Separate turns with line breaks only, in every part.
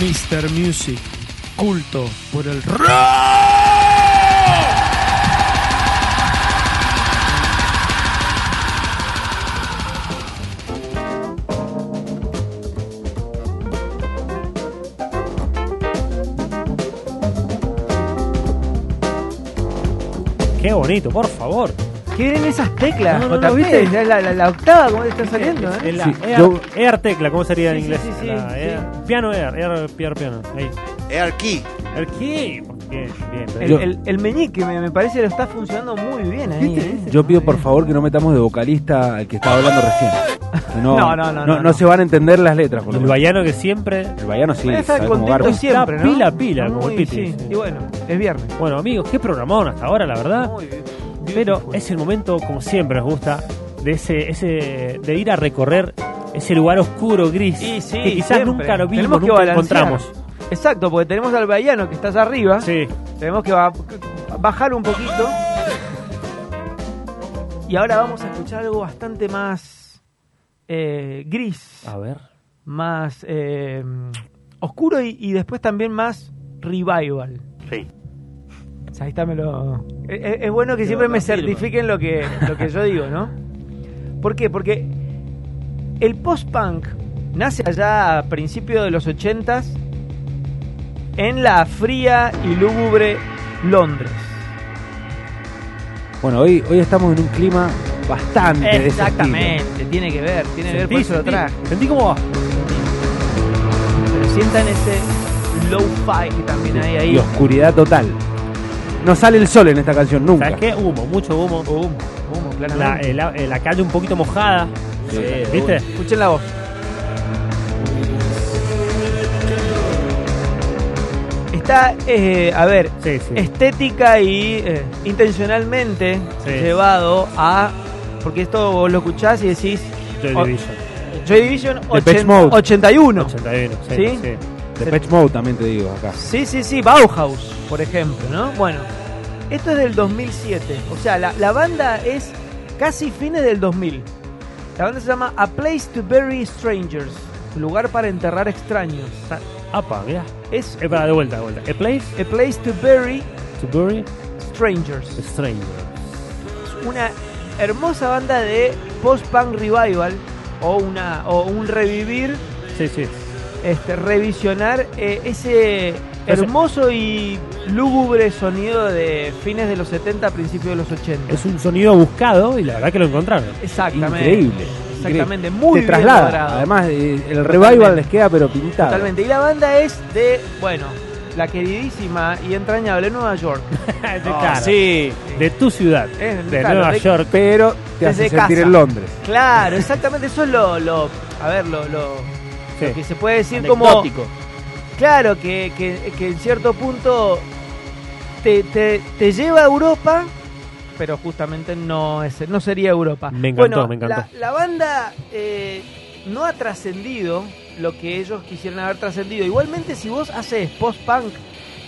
Mr. Music, culto por el rock.
Qué bonito, por favor.
¿Qué eran esas teclas?
No, no, no,
JP?
¿viste?
Ya La, la- la octava, ¿cómo te está saliendo?
Es
eh?
la E
Sí,
Air,
yo-
Air tecla, ¿cómo sería en
Sí, sí,
inglés?
sí, sí,
La
sí.
Air- Piano E Air, Air, Air piano. Ahí.
Air Key.
El key. Bien, bien.
El,
Yo-
el- el meñique me, me parece lo está funcionando muy bien ahí. ¿eh?
Yo pido por favor que no metamos de vocalista al que estaba hablando recién. Que No,
No, no, no, no, no.
se van a entender las letras. Por lo
El
menos.
bayano que siempre
el vallano sí,
Está
sabe cómo
contento
garpa.
sí. Siempre,
está
¿no?
pila a pila, como el
Muy,
Piti.
sí. Y bueno, es viernes.
Bueno, amigos, qué programón hasta ahora, la verdad.
Muy bien.
Ah. Pero es el momento, como siempre nos gusta, de ese, ese de ir a recorrer ese lugar oscuro, gris,
Y sí,
que quizás
siempre.
nunca lo vimos,
Tenemos que
nunca lo
balancear.
encontramos.
Exacto, porque tenemos al Bahiano que estás arriba.
Sí,
Tenemos que ba- bajar un poquito. Y ahora vamos a escuchar algo bastante más eh, gris,
a ver.
más eh, oscuro y, y después también más revival.
Sí.
O sea, ahí está, me lo- Eh, eh, Es, bueno que siempre me certifiquen lo que, lo que yo digo, ¿no? ¿Por qué? Porque el post-punk nace allá a principios de los 80s en la fría y lúgubre Londres.
Bueno, hoy, hoy estamos en un clima bastante de ese estilo.
Exactamente, tiene que ver, tiene que ver, por eso lo traje.
sentí cómo va.
Pero sientan ese low-fi que también hay
Y
ahí.
oscuridad total. No sale el sol en esta canción nunca.
¿Sabes qué? Humo, mucho humo. Humo,
Humo,
La,
claramente.
eh, la- eh, la calle un poquito mojada.
Sí.
¿Viste?
Escuchen la voz. Está, eh, a ver,
Sí, sí.
estética y eh, intencionalmente
Sí.
llevado a. Porque esto vos lo escuchás y decís.
Joy
o-
Division.
Joy Division
Depeche
80-
Mode.
81.
81, sí,
¿Sí?
sí.
Depeche Mode también te digo acá.
Sí, sí, sí, Bauhaus, por ejemplo, ¿no? Bueno, esto es del 2007. O sea, la, la banda es casi fines del 2000. La banda se llama A Place to Bury Strangers, lugar para enterrar extraños.
Está- Apa, mirá.
Es
Eh, para, de vuelta, de vuelta. A place
A Place to Bury
to bury
Strangers.
a stranger.
una hermosa banda de post-punk revival o, una, o un revivir,
Sí, sí.
este, revisionar eh, ese hermoso y lúgubre sonido de fines de los 70, principios de los 80.
Es un sonido buscado y la verdad que lo encontraron.
Exactamente.
Increíble.
Exactamente,
increíble.
muy
Te
bien
traslada.
logrado.
Además, eh, el
Totalmente.
revival les queda pero pintado.
Totalmente. Y la banda es de, bueno, la queridísima y entrañable Nueva York.
de,
Ah,
claro,
Sí.
de tu ciudad,
Eh,
de
claro,
Nueva
de-
York.
Pero te hace
Desde
sentir
casa.
en Londres.
Claro, exactamente. Eso es lo, lo a ver, lo, lo, lo
Sí.
que se puede decir como
Anecdótico.
Claro, que, que- que en cierto punto te, te- te lleva a Europa, pero justamente no, es, no sería Europa.
Me encantó,
Bueno,
me encantó.
La, la banda eh, no ha trascendido lo que ellos quisieran haber trascendido. Igualmente, si vos haces post-punk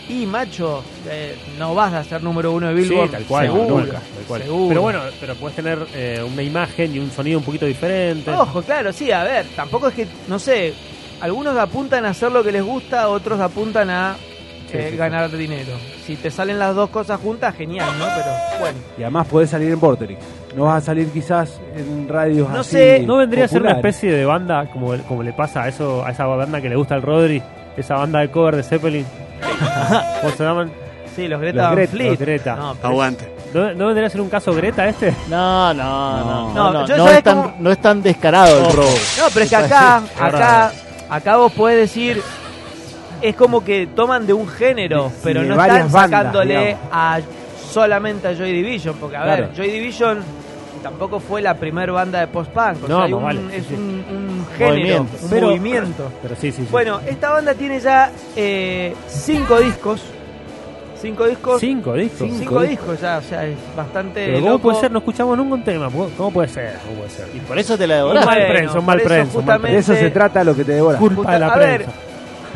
y macho, eh, no vas a ser número uno de Billboard.
Sí, tal cual,
seguro,
nunca, tal cual.
seguro.
Pero bueno, pero puedes tener eh, una imagen y un sonido un poquito diferente.
Ojo, claro, sí, a ver, tampoco es que, no sé, algunos apuntan a hacer lo que les gusta, otros apuntan a eh,
sí, sí.
ganar dinero. Si te salen las dos cosas juntas, genial, ¿no? Pero bueno,
Y además podés salir en Vorterix. No vas a salir quizás en radios
No
así
sé,
¿No vendría a ser una
populares.
especie de banda como, como le pasa a eso a esa banda que le gusta al Rodri? Esa banda de cover de Zeppelin. ¿Cómo se llaman?
sí, los
Los
Greta Van
Greta,
Fleet.
los Greta.
No, pero-
Aguante.
¿No, no vendría a ser un caso Greta este?
No, no,
No.
no. No,
No,
no,
yo-
no
¿sabes
es, tan,
cómo?
no es tan descarado
Oh,
el robo.
no, pero es que acá, acá, acá vos podés decir, es como que toman de un género,
De-
pero
de
no
varias
están
bandas,
sacándole
digamos.
a solamente a Joy Division, porque a ver,
Claro.
Joy Division tampoco fue la primer banda de post-punk, o
No,
sea, hay
más
un-
vale,
es
sí, sí.
un, un género,
Movimiento.
un
Pero-
movimiento.
Pero sí, sí, sí.
Bueno, esta banda tiene ya eh, cinco discos. Cinco discos.
cinco discos.
cinco discos ya, o sea, es bastante.
Pero ¿cómo
loco.
puede ser? No escuchamos nunca un tema. ¿Cómo cómo puede ser? ¿Cómo puede ser?
Y por eso te la
Bueno,
Un
devoraste.
mal prensa, un mal
por eso
prensa, un mal
De eso se trata lo que te devora.
Culpa
Justa-
de la
a ver,
prensa.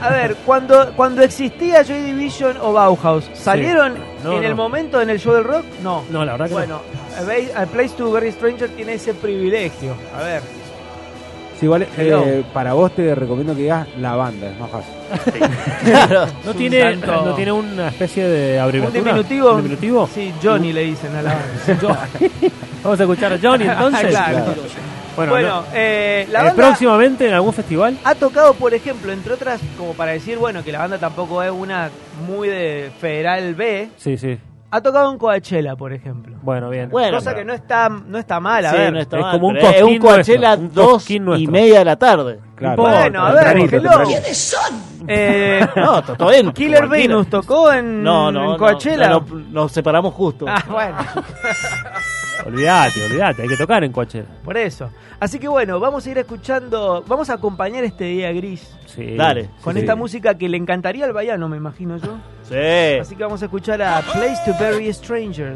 A ver, cuando, cuando existía Joy Division o Bauhaus, ¿salieron
No,
en el
no.
momento en el show del rock? No.
No, la verdad que no.
Bueno, a ver, A Place to Very Stranger tiene ese privilegio. A ver.
Sí, igual,
Hello.
eh, para vos te recomiendo que digas la banda, es más fácil.
No
un
tiene,
tanto-
no tiene una especie de
¿Un
abreviatura.
diminutivo?
¿Un diminutivo? Uh.
Sí, Johnny le dicen a la banda.
Vamos a escuchar a Johnny entonces.
Claro.
Claro.
Bueno,
Bueno,
no-
eh, la
eh,
banda
próximamente en algún festival.
ha tocado, por ejemplo, entre otras, como para decir, bueno, que la banda tampoco es una muy de Federal B,
Sí, sí.
ha tocado en Coachella, por ejemplo.
Bueno, bien.
Bueno,
Cosa
pero-
que no está, no está mal, a
Sí,
ver.
no está
es
mal,
como un
pero es
cosquín
un Coachella
nuestro, un
dos
cosquín
y
nuestro.
media de la tarde.
Claro.
Bueno, a ver,
Tempranito,
hello.
tempranito.
Eh,
No, todo bien.
Killer
cualquiera.
Venus tocó en,
No,
Mm,
no,
en
no,
Coachella.
no, no, nos separamos justo.
Ah, bueno,
Olvídate, olvídate. Hay que tocar en Coachella.
por eso. Así que bueno, vamos a ir escuchando, vamos a acompañar este día gris
Sí.
Dale.
con
Sí,
esta
sí.
música que le encantaría al baiano, me imagino yo.
Sí.
Así que vamos a escuchar a Place to Bury Strangers.